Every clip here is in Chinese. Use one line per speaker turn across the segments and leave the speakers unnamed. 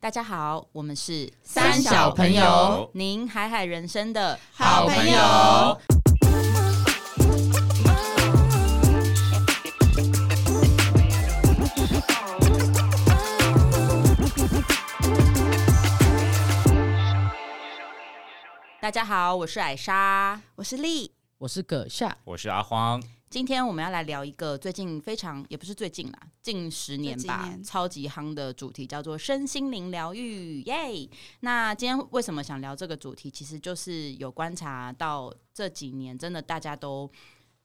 大家好，我们是
三小朋友，
您海海人生的
好朋友。
大家好，我是艾莎。
我是丽，
我是葛夏，
我是阿荒，
今天我们要来聊一个最近非常也不是最近啦，近十年
这
吧
几，年
超级夯的主题叫做身心灵疗愈，耶！那今天为什么想聊这个主题？其实就是有观察到这几年真的大家都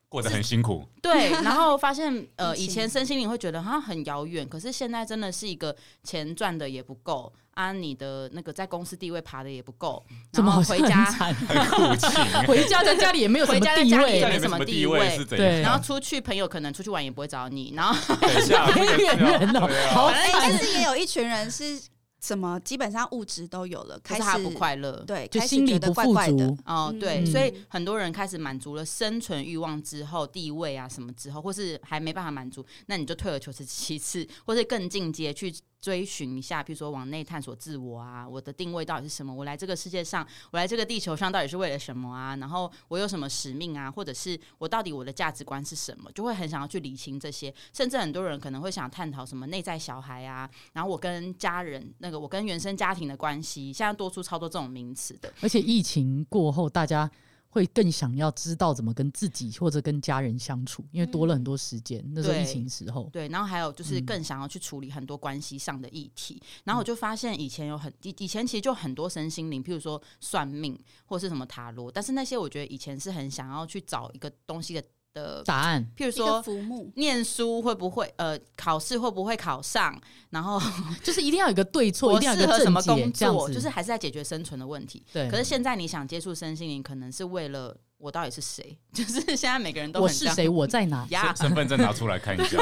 过得很辛苦，
对，然后发 现呃，
疫情
以前身心灵会觉得好像很遥远，可是现在真的是一个钱赚的也不够啊，你的那个在公司地位爬的也不够，然
怎么
后
好像
回
很
家
惨
苦 情，
回家在家里也没有什么
回家在
地
家里
位
也
家
没
里
什么地
地
位
是怎
对
样？
然后出去朋友可能出去玩也不会找你，然后
等一 下，
边缘人哦
对啊
好
哎但是也有一群人是什么，基本上物质都有了，
可
开
是
始
他不快乐，
对，
就
开始
心里
觉得
不
怪
富
怪的
足，
哦，对，
嗯
所以很多人开始满足了生存欲望之后，地位啊什么之后，或是还没办法满足，那你就退而求其次， 或是更进阶去追寻一下，比如说往内探索自我啊，我的定位到底是什么？我来这个世界上，我来这个地球上到底是为了什么啊？然后我有什么使命啊？或者是我到底我的价值观是什么？就会很想要去理清这些，甚至很多人可能会想探讨什么内在小孩啊，然后我跟家人那个我跟原生家庭的关系，现在多出超多这种名词的。
而且疫情过后，大家会更想要知道怎么跟自己或者跟家人相处，因为多了很多时间。那时候
嗯对
疫情时候，
对，然后还有就是
嗯
更想要去处理很多关系上的议题。然后我就发现以前有很以以前其实就很多身心灵，譬如说算命或是什么塔罗，但是那些我觉得以前是很想要去找一个东西的的，
答案
譬如
一个
说。
浮木，
念书会不会呃考试会不会考上？然后
就是一定要有一个对错，哦一
我
定要有
适
一
合
个
什么
正
工
解，这样
作？
子
就是还是在解决生存的问题。
对。
可是现在你想接触身心灵，可能是为了我到底是谁？ 就是现在每个人都
我
很
是
像
谁？我 在哪？
呀？
身份证拿出来看一 下，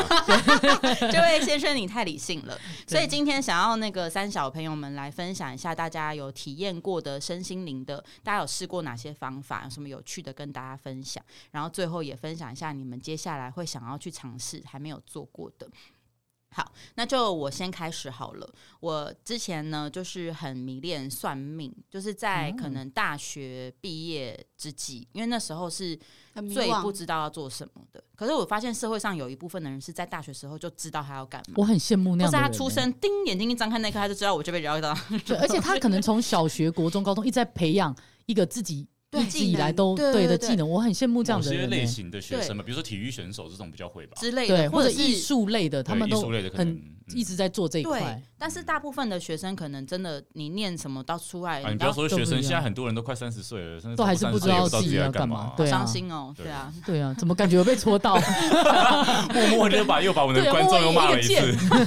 这位先生，你太理性了。
对
所以今天想要那个三小朋友们来分享一下，大家有体验过的身心灵的，大家有试过哪些方法，有什么有趣的跟大家分享。然后最后也分享一下你们接下来会想要去尝试还没有做过的。好，那就我先开始好了。我之前呢，就是很迷恋算命，就是在可能大学毕业之际，因为那时候是
很迷
最不
惘。
知道要做什么的。可是我发现社会上有一部分的人是在大学时候就知道他要干嘛，
我很羡慕那
或是
样的人、
他出生叮眼睛一张开那一刻他就知道我这辈子要当
欸，对，而且他可能从小学、国中、高中一直在培养一个自己
对
一直以来
技能
都
对对
的
对
技能，我很羡慕这样
某
的
些
人欸、
类型的学生嘛，比如说体育选手这种比较会吧，
之类
对，
的，
或者
是
艺。术类的，他
对
们
艺
都
术类的可能
很
嗯
一直在做这一
对
块。，
但是大部分的学生可能真的，你念什么到出来，
啊，
你
你
不
不
要
要说
都不
学
一
生，
样
现在很多人都快三十岁了，甚至
都还是
超过
不知道
30也不知道
自己
己
要干
干
嘛
嘛，
对啊
伤心哦，对啊，
对啊，怎么感觉有被戳到？
默默就把又把我们
对
的观众又骂了一
默默一
次
个，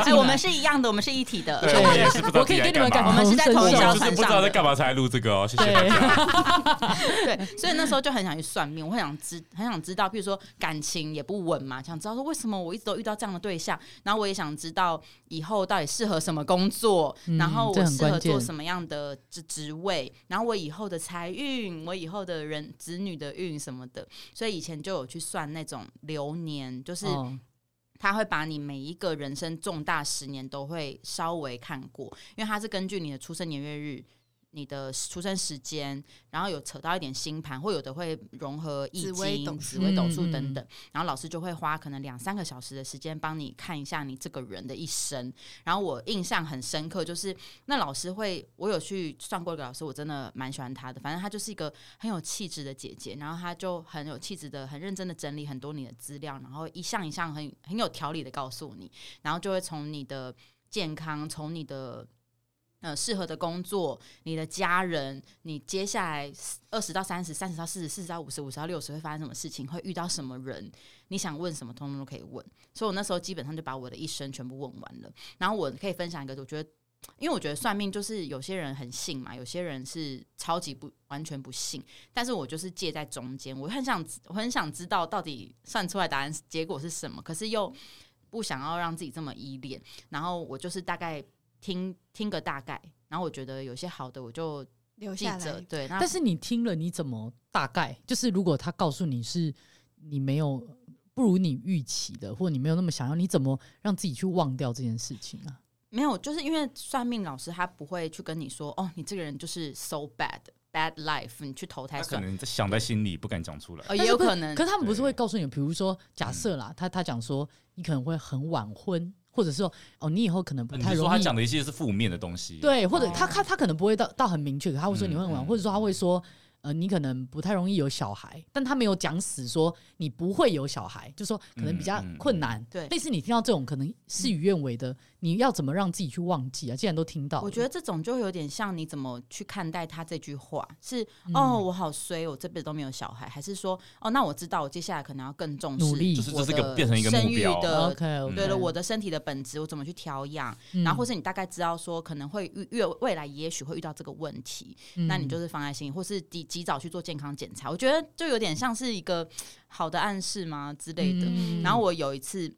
哎，我们是一样的，我们是一体的，
对啊我们也是不知道
我可以
自己
跟你
在
们
干
感
嘛
我们是在同一
同
条
声
船
就是
上
不知道在
的，
干嘛才录这个哦，谢谢大
对
家。
嗯
对，所以那时候就很想去算命，我很想知，很想知道，譬如说感情也不稳嘛，想知道说为什么我一直都遇到这样的对象，然后我也想知道以后到底适合什么工作，
嗯
然后
这
我
很
适合
关键
做什么样的职职位，然后我以后的财运，我以后的人子女的运什么的，所以以前就有去算那种流年，就是
哦
他会把你每一个人生重大十年都会稍微看过，因为它是根据你的出生年月日、你的出生时间，然后有扯到一点星盘，或有的会融合易
紫微斗
经、
数
紫微斗数
嗯
等等。然后老师就会花可能两三个小时的时间帮你看一下你这个人的一生。然后我印象很深刻，就是那老师会，我有去算过一个老师，我真的蛮喜欢她的。反正她就是一个很有气质的姐姐，然后她就很有气质的、很认真的整理很多你的资料，然后一项一项很很有条理的告诉你，然后就会从你的健康，从你的呃适合的工作，你的家人，你接下来二十到三十、三十到四十、四十到五十、五十到六十会发生什么事情，会遇到什么人，你想问什么，通通都可以问。所以我那时候基本上就把我的一生全部问完了。然后我可以分享一个，我觉得。因为我觉得算命就是有些人很信嘛，有些人是超级不完全不信，但是我就是介在中间，我很想我很想知道到底算出来答案结果是什么，可是又不想要让自己这么依恋，然后我就是大概听听个大概，然后我觉得有些好的我就
留
记
下
着，
来，
对，但
但是你听了，你怎么大概就是如果他告诉你是你没有不如你预期的，或你没有那么想要，你怎么让自己去忘掉这件事情啊？
没有，就是因为算命老师他不会去跟你说，哦，你这个人就是 so bad bad life，你去投胎
他可
算，
能在想在心里，不敢讲出来。
哦，也有
但是不是
可能
可，是他们不是
对
会告诉你，比如说假设啦，他他讲说你可能会很晚婚，或者是说哦你以后可能不
嗯你
太
是
容
说
易。
他讲的一些是负面的东西？，
对，或者
哦
他他他可能不会到到很明确，可他会说你会很晚，
嗯嗯
或者说他会说呃你可能不太容易有小孩，但他没有讲死说你不会有小孩，就说可能比较
嗯嗯嗯
困难。
对
类似你听到这种可能事与愿违的，你要怎么让自己去忘记啊？既然都听到了，
我觉得这种就有点像你怎么去看待他这句话，是
嗯
哦，我好衰，我这辈子都没有小孩，还是说哦，那我知道我接下来可能要更重视
努
我
力就是
的
这是个变成一个目
生育
标
的。
OK，
嗯
嗯
对了，我的身体的本质，我怎么去调养，然后或是你大概知道说可能会遇越未来也许会遇到这个问题，
嗯
那你就是放在心里，或是及及早去做健康检查。我觉得就有点像是一个好的暗示吗之类的。
嗯
然后我有一次，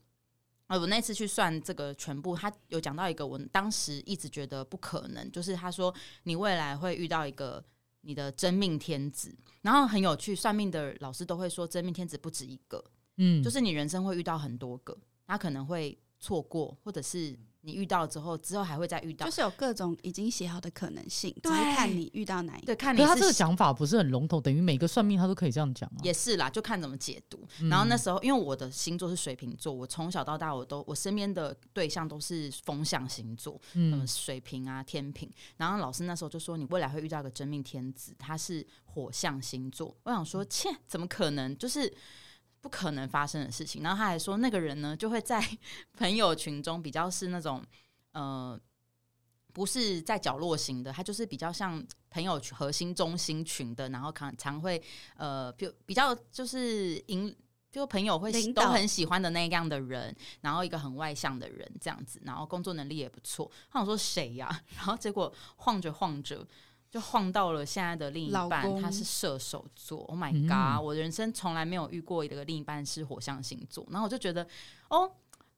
呃，我那次去算这个全部，他有讲到一个我当时一直觉得不可能，就是他说你未来会遇到一个你的真命天子，然后很有趣，算命的老师都会说真命天子不止一个，
嗯
就是你人生会遇到很多个，他可能会错过，或者是你遇到之后，之后还会再遇到
就。是有各种已经写好的可能性，只
对
是看你遇到哪一个。
对，看
可
你
是他这个
想
讲法不是很笼统，等于每个算命他都可以这样讲啊。
也是啦，就看怎么解读。
嗯
然后那时候，因为我的星座是水瓶座，我从小到大我都我身边的对象都是风象星座，什么
嗯
水瓶啊、天平。然后老师那时候就说，你未来会遇到一个真命天子，他是火象星座。我想说，切，怎么可能？就是。不可能发生的事情。然后他还说，那个人呢，就会在 朋友群中比较是那种，呃，不是在角落型的，他就是比较像朋友群核心中心群的，然后常常会呃，比比较就是引，就朋友会
领
都
导
很喜欢的那样的人，然后一个很外向的人这样子，然后工作能力也不错。他想说谁呀、 然后结果晃着晃着。就晃到了现在的另一
老
半，
公
他是射手座。Oh my
嗯
god！、我人生从来没有遇过一个另一半是火象星座，然后我就觉得，哦，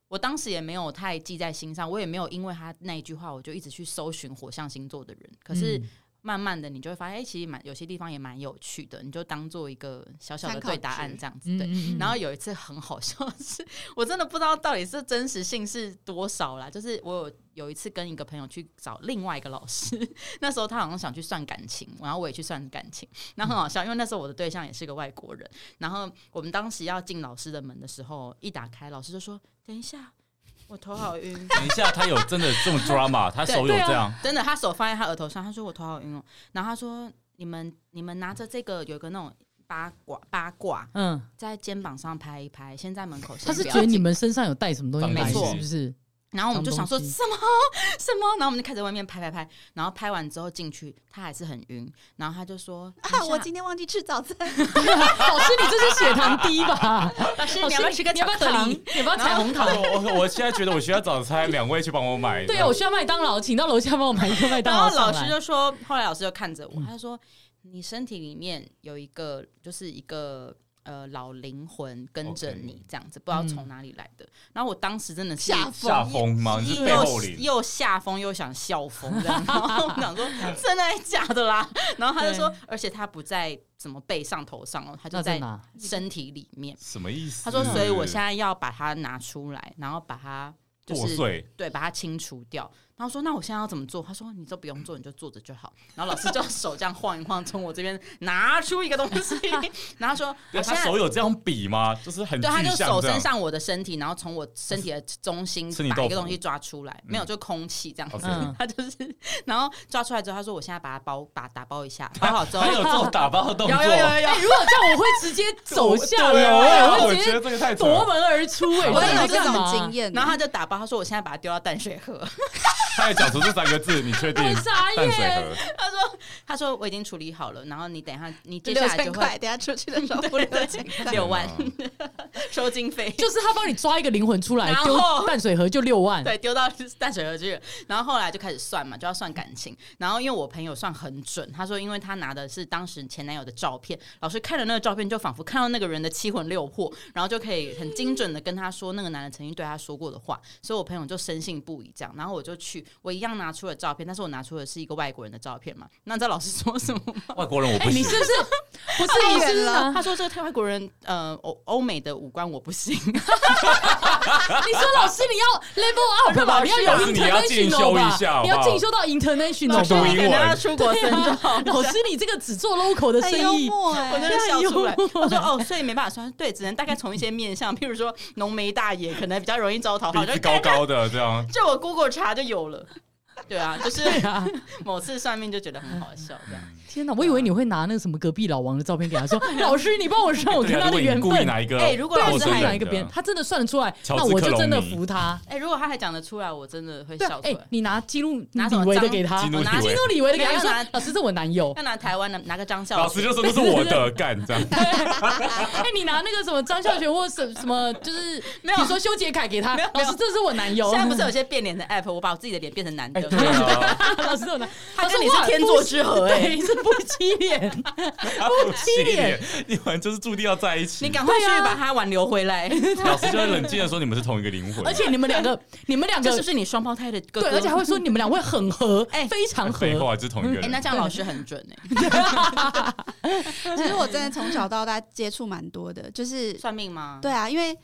我当时也没有太记在心上，我也没有因为他那一句话，我就一直去搜寻火象星座的人。可是
嗯
慢慢的，你就会发现，哎、其实蛮有些地方也蛮有趣的，你就当做一个小小的
参考
对答案
值
这样子。
嗯
对，
嗯嗯
然后有一次很好笑的是，我真的不知道到底是真实性是多少啦。就是我有有一次跟一个朋友去找另外一个老师，那时候他好像想去算感情，然后我也去算感情，然后很好笑，因为那时候我的对象也是个外国人，然后我们当时要进老师的门的时候，一打开老师就说：“等一下，我头好晕。”
等一下，他有真的这么 drama，他手有
对
这样，
真的，他手放在他额头上，他说我头好晕哦。然后他说你们你们拿着这个有一个那种八卦八卦
嗯，
在肩膀上拍一拍，先在门口先
他是
不要
觉得
进
你们身上有带什么东西
放
来，
东西
是不是？
然后我们就想说
脏东西
什么 什么，然后我们就开始在外面拍拍拍，然后拍完之后进去，他还是很晕，然后他就说
啊，我
今
今天忘记吃 早餐，
老师，你这是血糖低吧？
老师
老
你要不要
师，
吃个
你
巧
要不要
克
糖？
力？
你要不要彩虹糖？
我我我现在觉得我需要早餐，两位去帮我买。
对啊，我需要麦当劳，请到楼下帮我买一个麦当
然后
劳
老
上来。
师就说，后来嗯老师就看着我，他就说你身体里面有一个就是一个。呃，老灵魂跟着
OK
你这样子，不知道从哪里来的。然后我当时真的是
吓
下风吗？哦你是背后
又
灵，
又下风又想笑疯这样，然后我想 说真的还是假的啦，然后他就说，而且他不在什么背上头上哦，他就
那在
在
哪？
身体里面。
什么意思？
他说，所以我现在要把它拿出来，然后把它就
破
是
碎，
对，把它清除掉。然后说，那我现在要怎么做？他说，你都不用做，你就坐着就好。然后老师就手这样晃一晃，从我这边拿出一个东 西，然后说，
对
我现
他
在
手有这样比吗？就是很具
对，他就
象
手
这
伸。
样
上我的身体，然后从我身体的中心
吃你
把一个
豆腐嗯哦
东西抓出来，没有就空气这样子。
OK
嗯
他就是，然后抓出来之后，他说我现在把它包，把它打包一 下，包好之后
他，有做打包的动
有
作，
有有有
哎，如果这样，我会直接走下
对
楼，
啊
哎，我
我
会直
觉得
接
这个太扯
夺
了，
门而出。哎，
我
到底
有
在
这
干
种
嘛
经验。欸
然后他就打包，他说我现在把它丢到淡水河。
他也讲出这三个字，你确定？
我傻眼
淡水河，
他说他说我已经处理好了，然后你等一下，你接
六
下来就
千
会
块，等下出去的时候 付
对
六
对
千块。
六万
天
收经费。
就是他帮你抓一个灵魂出来
然，
丢
后
淡水河就六 万。
对，丢到淡水河去了。然后后来就开始算嘛，就要算感情。然后因为我朋友算很准，他说因为他拿的是当时前男友的照片，老师看了那个照片，就仿佛看到那个人的七魂六魄，然后就可以很精准的跟他说那个男人曾经对他说过的话。所以我朋友就深信不疑这样。然后我就去，我一样拿出了照片，但是我拿出的是一个外国人的照片嘛。那你知道老师说 什么吗？
外国人我不
哎你
行
是， 不是不是你
太
是不
远
是
了
拿？
他说这个外国人，呃，欧欧美的五官我不行。
你说老师你要 level up 吧，
老
你
师
要有
你要进修
international 吧
一下好不好
你要进修到
老
international
师
吧
你。
可能要出国深造。
啊老师，你这个只做 local 的
很
生
幽
意，
默哎、
我真的
太
笑出来
幽。默
我说哦，所以没办法算，对，只能大概从一些面向，譬如说浓眉大眼，可能比较容易招讨好。
鼻
就
子高，高的这样。
就我 Google 查就有了。对啊，就是
对啊， 嗯
某次算命就觉得很好笑，这样。
天哪！我以
嗯
为你会拿那个什么隔壁老王的照片给 他说，老师，你帮我算我
对
跟
啊，
他
如
的
果
缘
你故意
分。
拿一个
哎如果
陌
老
我
师
是
生
还
哪
人
一个别人，
的，
他真的算得出来，
乔
那
治
我
克
就
隆
真的
尼
服他。
哎、如果他还讲得出来，我真的会
对
笑
啊，
出
哎
来。，
你拿记录
拿
李
什么
维的
张
给他，
记录
我拿
李
记
维
录李维的给他，
没有
他
要拿
说老师，这我男友。
要拿台湾的，拿个张孝
老师
全。
就说那是我的，干这样。
哎、你拿那个什么张孝全或什什么，就是
没有
比如说修杰楷给他，
没有没
老
有
师，这是我男友。
现在不 是有些变脸的 app，我把我自己的脸变成男
哎
的，
对啊，
老师这种男，
他跟你
老师
是
哇
天作之合哎、
对，是夫妻脸。
啊夫妻脸，你们就是注定要在一起
你。赶快
啊
去把他挽留回 来，
老师就会冷静的说，你们是同一个灵魂。
而且你们 两个，你们两
这是
个
不是你双胞胎的哥哥？
啊对，而且还会说你们俩会很合，
哎
非常合。
废话，就是同一个
哎、那
人。
这样老师很准哎、
其实我真的从小到大接触蛮多的，就是
算命吗？
对啊，因为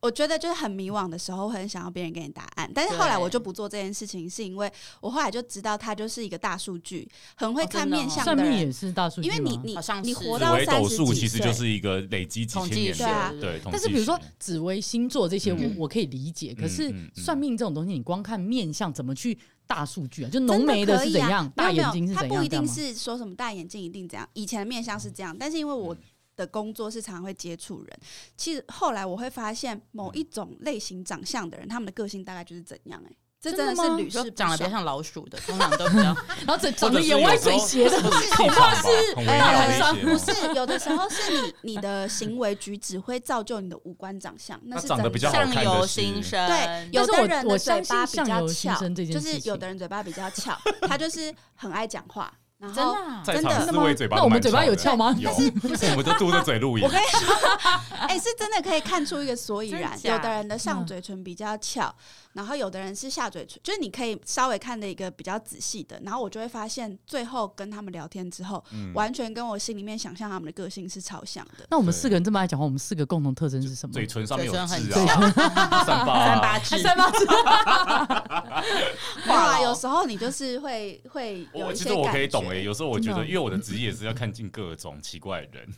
我觉得就是很迷惘的时候，我很想要别人给你答案，但是后来
对
我就不做这件事情，是因为我后来就知道它就是一个大数据，很会
哦
看
真的哦
面相
算
的
命
人，
也是大数据
因
吗，
为你你
好像
你
是
活
紫
到
微
三
斗
十
数
几
其实
岁，
就是一个累积几
统
千
计
年
学
对啊
的，对。统
但
计
是比如说
学
紫微星座这些，我
嗯
我可以理解。可是
嗯嗯嗯
算命这种东西，你光看面相怎么去大数据啊？就
真
浓眉
的可
是
以
怎
啊
样，
没有
大
没有
眼睛是
它
怎样，
不一
这样
定
吗
是说什么大眼睛一定怎样，以前的面相是这样，但是因为
嗯
我。的工作是常常会接触人，其实后来我会发现某
嗯
一种类型长相的人，他们的个性大概就是怎样、欸。哎，这
真的
真的
吗
是屡试
说
不
长得比较
爽
像老鼠的，通常都比较
然后
或
整长
者
得
是
眼
有
歪
时
嘴
候
斜的，
或者是
恐
气
怕
场
是
吧很微妙的一
呃，
些
不
吗
是，有的时候是你你的行为举止会造就你的五官长相，那
那
是
长得
真
比较
的
好看
相
的
由
是
心生。
对，
但
有
是
的
我
人
我
的嘴
相信
巴比
相
较
由心
翘
生这，件
就
事
是
情
有的人嘴巴比较翘，他就是很爱讲话，然
真
后
的啊、
在
真
场
的
四位嘴巴
那我们嘴巴有
蛮翘
翘吗？
的，有，我们都嘟着嘴录影
我。跟你说，哎、是真的可以看出一个所以然。
真假
有的人的上
嗯
嘴唇比较翘，然后有的人是下嘴唇，就是你可以稍微看的一个比较仔细的。然后我就会发现，最后跟他们聊天之后，
嗯
完全跟我心里面想象他们的个性是超像的。
那我们四个人这么爱讲话，我们四个共同特征是什么？哎
嘴唇上面有
嘴唇很
痣啊，三八
三
啊
八制，
三八
话
没有啊，
痨
有时候你就是会会有
我
一
其
些
实我可以懂
感
诶、
觉
有时候我觉
真的
得，
哦
因为我的职业是要看尽各种奇怪的人，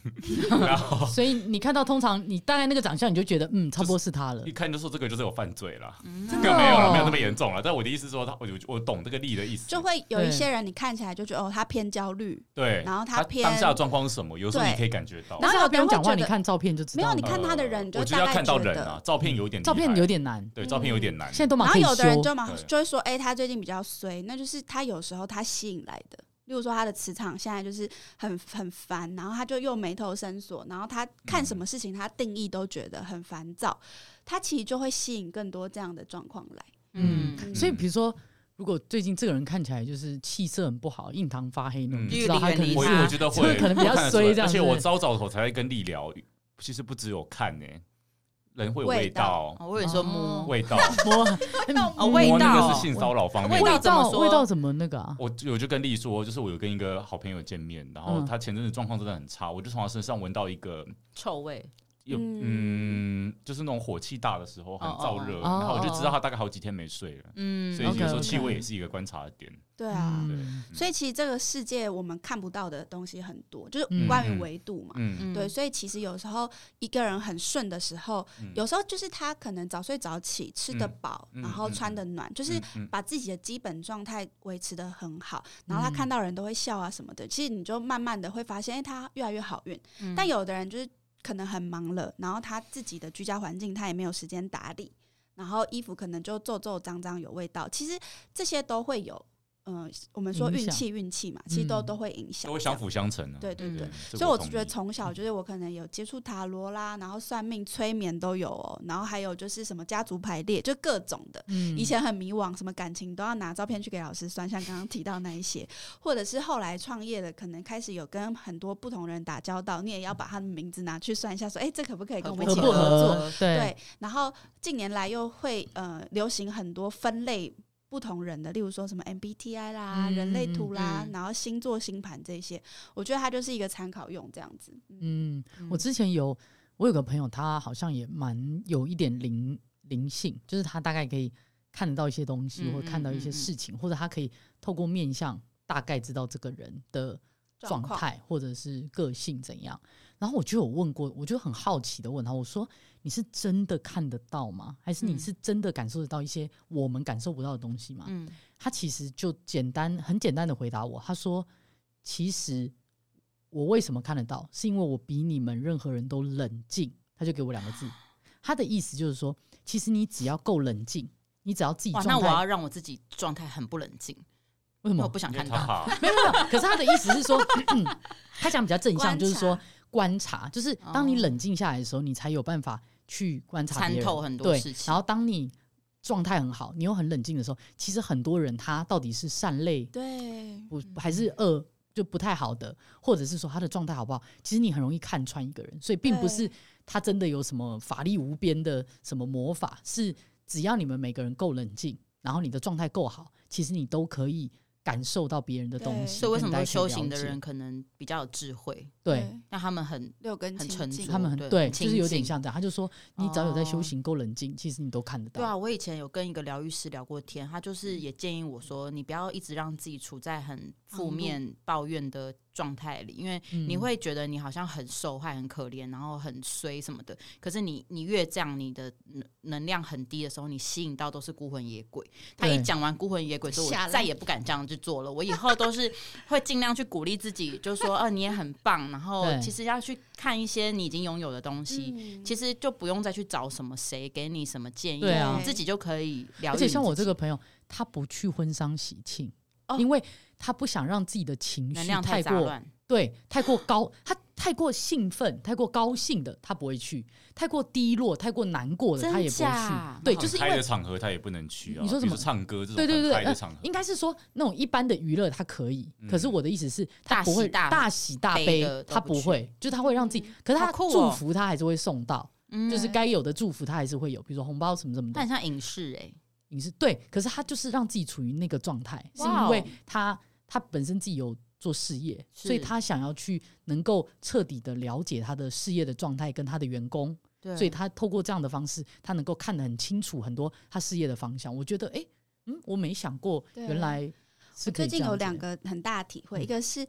然后
所以你看到通常你大概那个长相，你就觉得嗯，差不多是他了
一。看就说这个就是有犯罪啦，
嗯
这
真
个
的
没有
哦
了，没有那么严重了。但我的意思是说，他我我懂这个力的意思，
就会有一
对
些人，你看起来就觉得哦，他偏焦虑，
对。
然后
他
偏
当下的状况是什么？有时候
对
你可以感觉到
然，
呃
但
后
是他不用讲话，
有的人会觉
你
得
看照片就知道
没
了。
有你
哦
看他的人你就
我觉
大
得要
概
看到
觉
人
得嗯
啊，照片有点厉害
照片有点难，
对，照片有点难
现。在都
然
蛮
后
可以修
有的人就马
对
就会说，哎、他最近比较衰，那就是他有时候他吸引来的。例如说，哎他的磁场现在就是很很烦，然后他就又眉头深锁，然后他看什么事情他定义都觉得很烦躁，他其实就会吸引更多这样的状况来。
嗯，
嗯
所以比如说，如果最近这个人看起来就是气色很不好，印堂发黑那种，
嗯
你知道他可能
远离
我
他
我
是
觉得
这
会
可能比较
我看得出
衰
来
这样
而且
是不
我
是
早早头才会跟力聊，其实不只有看呢、人会有
味
味道，
哦我有说摸
哦
味 道，
摸
哦味
摸那
道
个是性骚扰方面
味道
的。
味
怎么
道
说
味道怎么那个啊？
我我就跟丽说，就是我有跟一个好朋友见面，然后
嗯
他前阵子状况真的很差，我就从他身上闻到一个
臭味，
有
嗯
嗯就是那种火气大的时候很
哦哦
燥热，
哦哦
然后我就知道他大概好几天没睡了，
嗯，
所以有时候
OK，OK
气味也是一个观察点。
对啊，
对
嗯，
所以其实这个世界我们看不到的东西很多，就是
嗯
关于
嗯
维度嘛。
嗯，
嗯
对，所以其实有时候一个人很顺的时候，
嗯
有时候就是他可能早睡早起，吃得
嗯
饱，
嗯
然后
嗯
穿得暖，就是
嗯
把自己的基本状态维持的很好，然后他
嗯
看到人都会笑啊什么的。其实你就慢慢的会发现，哎、他越来越好运。
嗯
但有的人就是可能很忙了，然后他自己的居家环境他也没有时间打理，然后衣服可能就皱皱脏脏有味道。其实这些都会有，嗯、我们说
影
运
响
气运气嘛，其实都、
嗯
都会影响，
都会相。辅相成啊。
对对
嗯
对，
这
所以
我
我
同
觉得
意
从小就是我可能有接触塔罗啦，然后算命、催眠都有哦，然后还有就是什么家族排列，就各种的。
嗯
以前很迷惘，什么感情都要拿照片去给老师算，像刚刚提到那一些，或者是后来创业了，可能开始有跟很多不同人打交道，你也要把他们名字拿去算一下，说，哎、这可不可以跟我们一
合
起
不
合作？
合？对
对，然后近年来又会呃流行很多分类不同人的，例如说什么 MBTI 啦、
嗯
人类图啦，
嗯
然后星座星盘这些，我觉得它就是一个参考用这样子。嗯，
嗯，我
嗯
之前有我有个朋友，他好像也蛮有一点灵灵性，就是他大概可以看得到一些东西，
嗯
或者看到一些事
嗯
情，或者他可以透过面相大概知道这个人的状
状况
态或者是个性怎样。然后我就有问过，我就很好奇的问他，我说你是真的看得到吗？还是你
嗯
是真的感受得到一些我们感受不到的东西吗？
嗯
他其实就简单很简单的回答我，他说：“其实我为什么看得到，是因为我比你们任何人都冷静。”他就给我两个字，他的意思就是说，其实你只要够冷静，你只要自己
哇，
状态
那我要让我自己状态很不冷静，
为什
因为我
么
不想
嗯因为
看
他
到。
怕
没有没有？可是他的意思是说，嗯他讲比较正向，就是说
观察
观察，就是当你冷静下来的时候，你才有办法去观察别人
哦参透很多
对
事情
然后当你状态很好，你又很冷静的时候，其实很多人他到底是善类
对，
不
嗯
还是恶就不太好的，或者是说他的状态好不好，其实你很容易看穿一个人，所以并不是
对
他真的有什么法力无边的什么魔法，是只要你们每个人够冷静，然后你的状态够好，其实你都可以感受到别人的东西。
所以为什么
跟大
说
家
修行
去
的
了解
人可能比较有智慧？
对？
那他们很
六根
很
清
沉
净
着
他们
对
很对，
很
就是
清
有点
静
像这样。他就说，你只要有在修
哦
行、够冷静，其实你都看得到。嗯
对啊，我以前有跟一个疗愈师聊过天，他就是也建议我说，你不要一直让自己处在
哦
很负
忙碌
面抱怨的状态里，因为
嗯，
你会觉得你好像很受害、很可怜，然后很衰什么的。可是你你越这样，你的能能量很低的时候，你吸引到都是孤魂野鬼。他
对
一讲完孤魂野鬼之后，
吓
我
了
再也不敢这样去做了。我以后都 是会尽量去鼓励自己，就说：“哦、你也很棒。”然后
对
其实要去看一些你已经拥有的东西，
嗯
其实就不用再去找什么谁给你什么建议，
对啊
你自己就可以了
而
解。
且像我这个朋友，他不去婚丧喜庆，
哦
因为他不想让自己的情
能
绪
量
太
太杂
过
乱，
对，太过高，他太过兴奋、太过高兴的，他不会去；太过低落、太过难过的，
真
他也不会
假
去。对，就是因
很嗨
为
的场合他也不能去啊。
你说什么
比如唱歌这种
对对对
很嗨的
呃
场合，
应该是说那种一般的娱乐他可以，可是
嗯
我的意思是，他
大
不
喜
会
大
喜大
悲
悲
的，都
他
不
不
去
会，就是他会让自己，可是
好
他
酷
祝
哦
福他还是会送到，
嗯，
就是该有的祝福他还是会有，比如说红包什么什么
它
的
很。像影视哎、
你是对，可是他就是让自己处于那个状态，是
哇
因
哦
为他他本身自己有做事业，
是
所以他想要去能够彻底的了解他的事业的状态跟他的员工，
对，
所以他透过这样的方式，他能够看得很清楚很多他事业的方向。我觉得，诶，嗯，我没想过
对啊
原来是
我
可
最
以这
近
样
有
子的
两个很大的体会，
嗯
一个是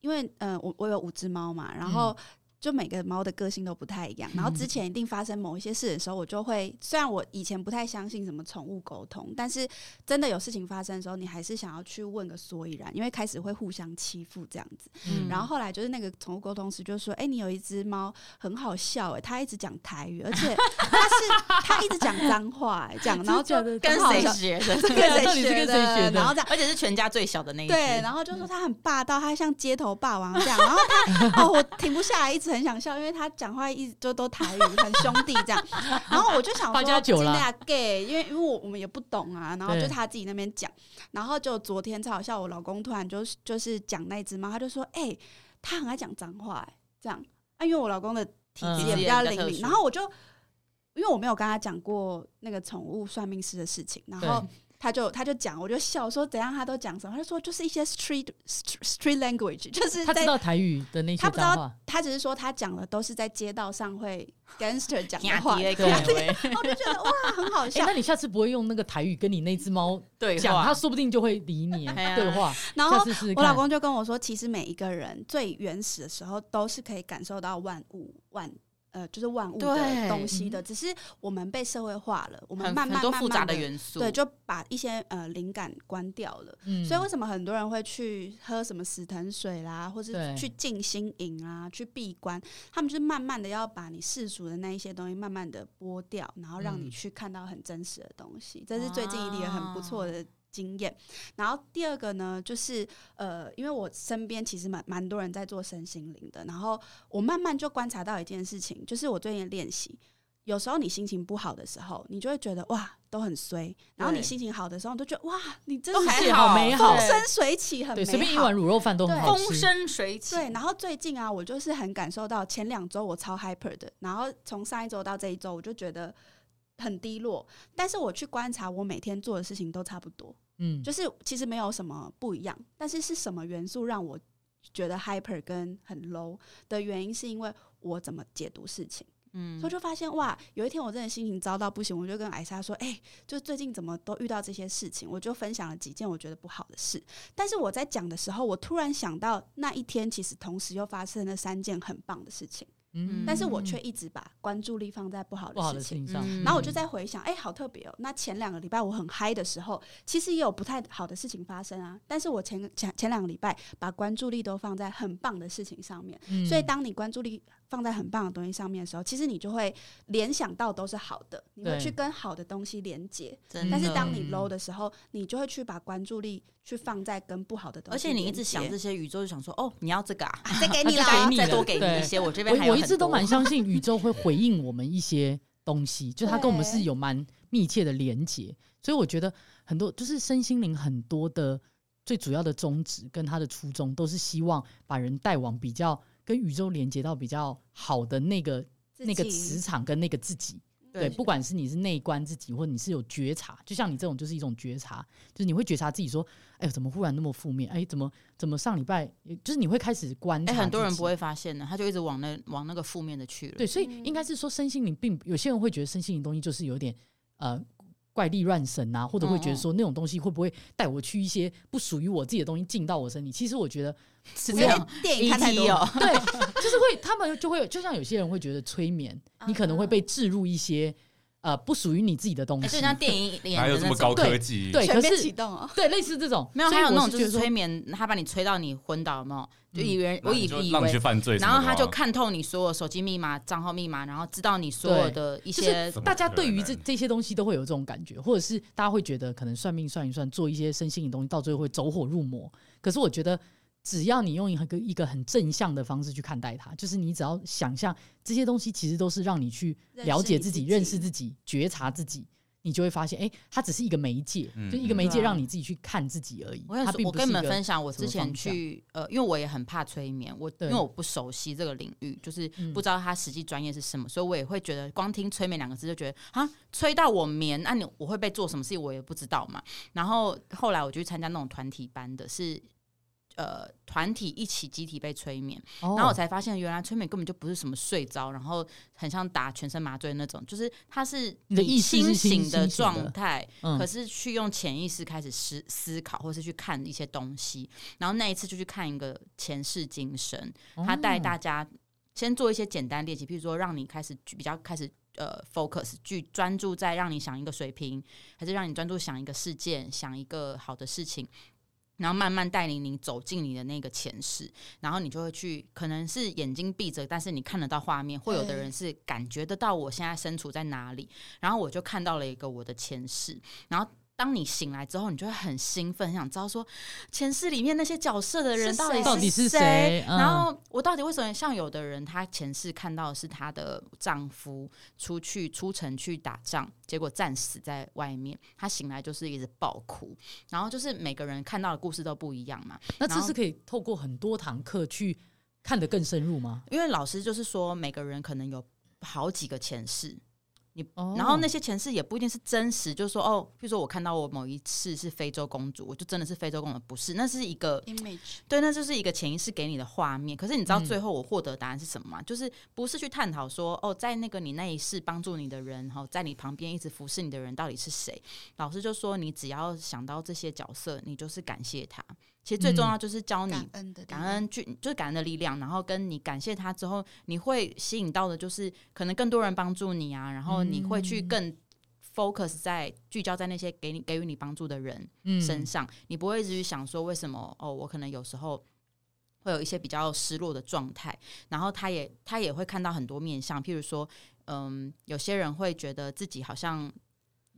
因为呃，我我有五只猫嘛，
嗯
然后。就每个猫的个性都不太一样，然后之前一定发生某一些事的时候，我就会虽然我以前不太相信什么宠物沟通，但是真的有事情发生的时候，你还是想要去问个所以然，因为开始会互相欺负这样子。
嗯
然后后来就是那个宠物沟通师就说：“哎、你有一只猫很好笑哎、它一直讲台语，而且它是它一直讲脏话、哎， 讲然后就
真的假
跟
的
很好
谁
笑
学的？
跟
对啊
谁
到底是
学
跟谁
的
学的
然后这样。”
而且是全家最小的那一只。
对，然后就说他很霸道，他像街头霸王这样。然后他哦，我停不下来，一直很想笑，因为他讲话一直就都台语，很兄弟这样。然后我就想
八加
说，
九啦
啦，gay，因为因为我我们也不懂啊。然后
对
就他自己那边讲，然后就昨天超好笑，我老公突然就是就是讲那只猫，他就说，哎、他很爱讲脏话、哎，这样。啊，因为我老公的体质也比较
嗯
灵
体质也比较特
敏，
殊
然后我就。因为我没有跟他讲过那个宠物算命师的事情，然后
对
他就他就讲，我就笑说怎样他都讲什么，他就说就是一些 street street street language，就是
他
在
知道台语的那
他
些
不知道
脏话，
他只是说他讲的都是在街道上会 gangster 讲
听
的
到
话，
第二
然
个
对
喂
后我就觉得哇很好
诶，
笑
那，你下次不会用那个台语跟你那只猫
对
讲，
话
它说不定就会 理你
哎呀
对话。
啊然
下
后。
次试试
我老
看。
公就跟我说，其实每一个人最原始的时候都是可以感受到万物万呃，就是万物
对嗯
的东西的，只是我们被社会化了，我们
很
慢
很
慢
多
慢
复杂
慢
的
的
元素，
对，就把一些呃灵感关掉了。
嗯
所以为什么很多人会去喝什么死藤水啦，或
对
是去静心营啊，去闭关？他们就是慢慢的要把你世俗的那一些东西慢慢的剥掉，然后让
嗯
你去看到很真实的东西。这是最近一个很不错的经验。然
啊
后第二个呢，就是呃，因为我身边其实蛮蛮多人在做身心灵的，然后我慢慢就观察到一件事情，就是我最近的练习。有时候你心情不好的时候，你就会觉得哇都很衰；然后你
对
心情好的时候，你就觉得哇你真
都
是
还
世界好美好
风生水起，很
对
美
随便一
好
碗卤肉饭都很
对
好吃。嗯
风生水起。
对，然后最近啊，我就是很感受到前两周我超 hyper 的，然后从上一周到这一周，我就觉得很低落，但是我去观察我每天做的事情都差不多，
嗯，
就是其实没有什么不一样，但是是什么元素让我觉得 hyper 跟很 low 的原因，是因为我怎么解读事情。
嗯
所以我就发现哇，有一天我真的心情糟到不行，我就跟艾莎说：“哎、就最近怎么都遇到这些事情。”我就分享了几件我觉得不好的事。但是我在讲的时候，我突然想到那一天其实同时又发生了三件很棒的事情，
嗯
但是我却一直把关注力放在不好
不好
的
的
事
事
情。
情上，
嗯
然后我就在回想，哎、好特别哦！那前两个礼拜我很嗨的时候，其实也有不太好的事情发生啊。但是我前前前两个礼拜把关注力都放在很棒的事情上面，
嗯
所以当你关注力放在很棒的东西上面的时候，其实你就会联想到都是好的，你会
对
去跟好的东西连接。
真的
但是当你
嗯
low 的时候，你就会去把关注力去放在跟不好的东
而
西
且
连接，
你一直想这些宇宙，就想说哦，你要这个 啊，
啊再给
那
你
就
了
给
哦，
你
再
了
多
给
对
你一些，我这边还
我
有
我一
很
直都
多
蛮相信宇宙会回应我们一些东西，就是它跟我们是
对
有蛮密切的连结，所以我觉得很多就是身心灵很多的最主要的宗旨跟它的初衷都是希望把人带往比较跟宇宙连接到比较好的那个
自
那个
己
磁场跟那个自己。对，不管是你是内观自己，或者你是有觉察，就像你这种就是一种觉察，就是你会觉察自己说，哎呦，怎么忽然那么负面？哎，怎么怎么上礼拜，呃就是你会开始观
哎、
察自己、
很多人不会发现呢，他就一直往那往那个负面的去了。
对，所以应该是说身心灵并有些人会觉得身心灵东西就是有点呃怪力乱神啊，或者会
嗯
觉得说那种东西会不会带我去一些不属于我自己的东西进到我身体？其实我 觉得
是
我
这
觉得
样。
电影看太
ET
多，
哦，
对，就是会他们就会就像有些人会觉得催眠，
嗯
你可能会被置入一些呃不属于你自己的东
哎
西，
就像电影 演
哪有
的
这
那
么高
种，
科技？
对，可
全面启
是
动
啊
哦。
对类似这种
没有，
所
还
以
有
我
那种
是
就
觉
是
得说嗯
催眠，他把你催到你昏倒，有没有？就以为
那
我以
啊你就
以
让你去
为，
犯罪什
然
么的
后
啊，
他就看透你所有手机密码、账号密码，然后知道你所有
对
的一
就
些
是
怎么
大家
可
对于这
能
这些东西都会有这种感觉，或者是大家会觉得可能算命算一算，做一些身心灵东西，到最后会走火入魔。可是我觉得，只要你用一个一个很正向的方式去看待它，就是你只要想象这些东西其实都是让你去了解自己、认
认
识
识你自己
自己、觉察自己，你就会发现，哎、它只是一个媒介，
嗯
就一个媒介
对啊
让你自己去看自己而已。
我跟你
它
说，
并
我
不是
跟
一
你们
个
分享，我
什么
之前
方向
去呃，因为我也很怕催眠，我
对
因为我不熟悉这个领域，就是
嗯
不知道它实际专业是什么，所以我也会觉得光听催眠两个字就觉得啊，催到我眠，那、你我会被做什么事情我也不知道嘛。然后后来我就去参加那种团体班的，是。呃，团体一起集体被催眠，
哦
然后我才发现，原来催眠根本就不是什么睡着，然后很像打全身麻醉那种，就是它是
你的意识
清
是清
醒的
清醒的
状态，
嗯
可是去用潜意识开始思思考，或是去看一些东西。然后那一次就去看一个前世今生，
哦
他带大家先做一些简单练习，譬如说让你开始聚比较开始呃 focus 去专注在让你想一个水平，还是让你专注想一个事件，想一个好的事情。然后慢慢带领你走进你的那个前世，然后你就会去，可能是眼睛闭着，但是你看得到画面，或有的
对
人是感觉得到我现在身处在哪里。然后我就看到了一个我的前世，然后当你醒来之后，你就会很兴奋，很想知道说前世里面那些角色的人
是
到底
谁
到底是
是
谁嗯
然后我到底为什么像有的人，他前世看到的是她的丈夫出去出城去打仗，结果战死在外面，她醒来就是一直爆哭，然后就是每个人看到的故事都不一样嘛，
那这
然后
是可以透过很多堂课去看得更深入吗？
因为老师就是说每个人可能有好几个前世，
哦
然后那些前世也不一定是真实，就是说哦，譬如说我看到我某一次是非洲公主，我就真的是非洲公主，不是，那是一个
image
对，那就是一个潜意识给你的画面。可是你知道
嗯
最后我获得答案是什么吗？就是不是去探讨说哦，在那个你那一世帮助你的人，然后在你旁边一直服侍你的人到底是谁？老师就说你只要想到这些角色，你就是感谢他。其实最
嗯
重要就是教你
感恩的地
感
方嗯
恩去就是感恩的力量，然后跟你感谢他之后，你会吸引到的就是可能更多人帮助你啊，然后你会去
嗯
更 focus 在聚焦在那些给你给予你帮助的人
嗯
身上，你不会一直去想说为什么哦，我可能有时候。会有一些比较失落的状态，然后他也他也会看到很多面相，譬如说，嗯，有些人会觉得自己好像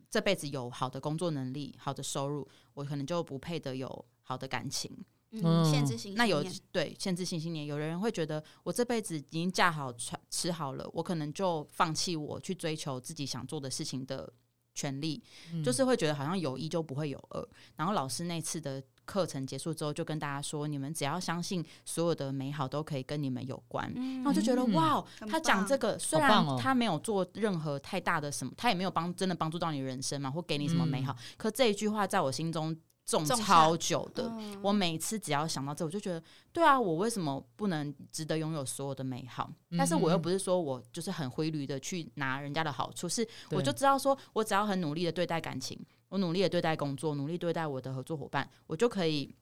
这辈子有好的工作能力、好的收入，我可能就不配得有好的感情，
嗯
嗯，限制性
那有
信念
对限制性信念，有的人会觉得我这辈子已经嫁好穿吃好了，我可能就放弃我去追求自己想做的事
嗯
情的权利，就是会觉得好像有一就不会有二。然后老师那次的课程结束之后，就跟大家说，你们只要相信所有的美好都可以跟你们有关。
嗯
那我就觉得
嗯
哇，
很
他讲
棒
这个虽
好
然
棒哦
他没有做任何太大的什么，他也没有帮真的帮助到你人生嘛，或给你什么
嗯
美好，可这一句话在我心中种
种下
超久的。
嗯
我每次只要想到这，我就觉得，对啊，我为什么不能值得拥有所有的美好？但是我又
嗯
不是说我就是很灰驴的去拿人家的好处，是
对
我就知道说我只要很努力的对待感情，我努力的对待工作，努力对待我的合作伙伴，我就可以。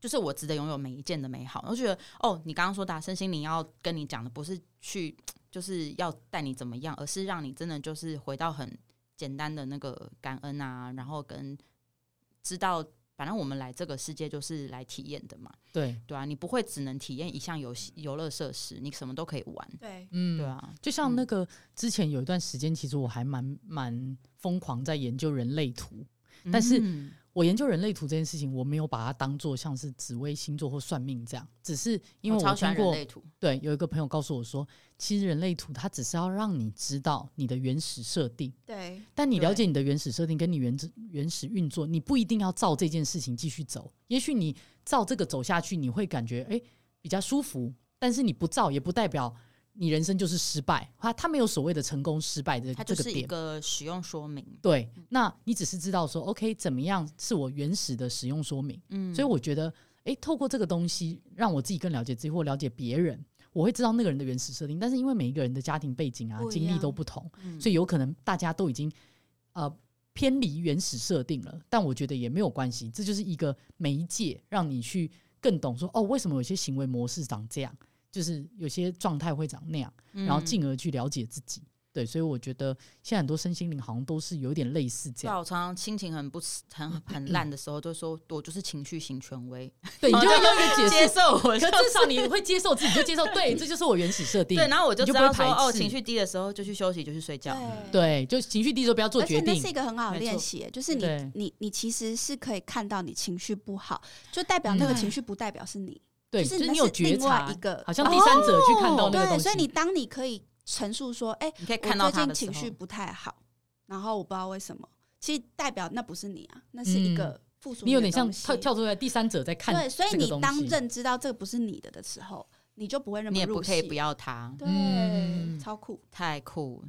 就是我值得拥有每一件的美好，我就觉得哦，你刚刚说的啊身心灵要跟你讲的，不是去就是要带你怎么样，而是让你真的就是回到很简单的那个感恩啊，然后跟知道，反正我们来这个世界就是来体验的嘛，
对，
对啊，你不会只能体验一项游戏游乐设施，你什么都可以玩，
对，
嗯
对啊，
就像
嗯
那个之前有一段时间，其实我还蛮蛮疯狂在研究人类图。但是
嗯
我研究人类图这件事情，我没有把它当做像是紫微星座或算命这样，只是因为
我超喜
听
欢人
过
类图，
对有一个朋友告诉我说，其实人类图它只是要让你知道你的原始设定，
对，
但你
对
了解你的原始设定跟你原始原始运作，你不一定要照这件事情继续走。也许你照这个走下去，你会感觉诶比较舒服，但是你不照也不代表你人生就是失败。它它没有所谓的成功失败的
它
这
就
个
是一
点。
个使用说明，
对，那你只是知道说，OK，怎么样是我原始的使用说明。
嗯，
所以我觉得，诶，透过这个东西，让我自己更了解自己或了解别人，我会知道那个人的原始设定。但是因为每一个人的家庭背景啊
不、一
经历都
样
不同，
嗯
所以有可能大家都已经呃偏离原始设定了，但我觉得也没有关系，这就是一个媒介，让你去更懂说哦，为什么有些行为模式长这样，就是有些状态会长那样，然后
嗯
进而去了解自己。对，所以我觉得现在很多身心灵好像都是有点类似这
对啊，
样，
我常常心情很不很很烂的时候，就说我就是情绪型权威，
对，你就会用一个解
接
释。
受我
啊可
就
至少你会接受自己，就 接受对，这就是我原始设定。
对，然后我就
你就
知
不会
道说
排
哦，
斥
情绪低的时候就去休息，就去睡觉，
对，
对，就情绪低的时候不要做
而
决
且那
定
是一。个很好的
没
练
错
习耶，就是你
对
你你其实是可以看到你情绪不好，就代表
嗯
那个情绪不代表是你，
对，
就
就是是
那
你有
是
觉
另外
察
一，个哦
好像第三者去看到那个东
对，
西。
所以你当你可以陈述说，哎，
你可以
我
哦看到他
最近
的时
情绪
候，
不太好，然后我不知道为什么，其实代表那不是你啊，那是一个附属
嗯你
你
有
的
点像
东
跳
西
跳出来第三者在看
对，所以
这个
你
东
当
西
认知到这个不是你的的时候，你就不会那么
你也
入
不可以
戏
不要他，
嗯
对，超酷，
太酷，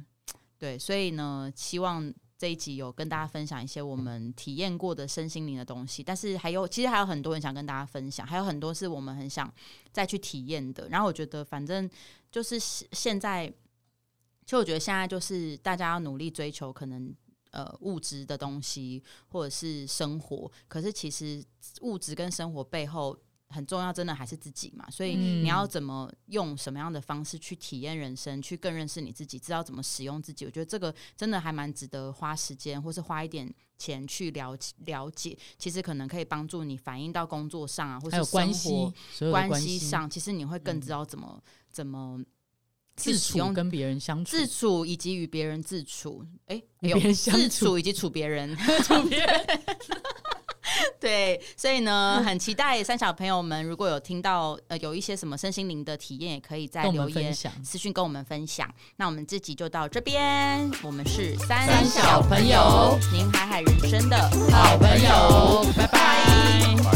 对，所以呢，希望。这一集有跟大家分享一些我们体验过的身心灵的东西，但是还有其实还有很多人想跟大家分享，还有很多是我们很想再去体验的。然后我觉得，反正就是现现在，其实我觉得现在就是大家要努力追求可能呃物质的东西或者是生活，可是其实物质跟生活背后很重要，真的还是自己嘛。所以
嗯
你要怎么用什么样的方式去体验人生，去更认识你自己，知道怎么使用自己，我觉得这个真的还蛮值得花时间或是花一点。钱去了解了解，其实可能可以帮助你反映到工作上啊，或
还
是
有
生
关
活
系，所有的
关
系
系上，其实你会更
嗯
知道怎么、怎么去
自
使
处
用
跟别人相处
自，处以及与别人自处。哎、哎
与
呦
别人相
自
处
处以及处别人， 处别人。对，所以呢，很期待三小朋友们，如果有听到呃有一些什么身心灵的体验，也可以在
跟我
留
们分
言
享。
私讯跟我们分享。那我们这集就到这边，我们是三
三小朋友，
您海海人生的
好朋友拜拜
拜
拜。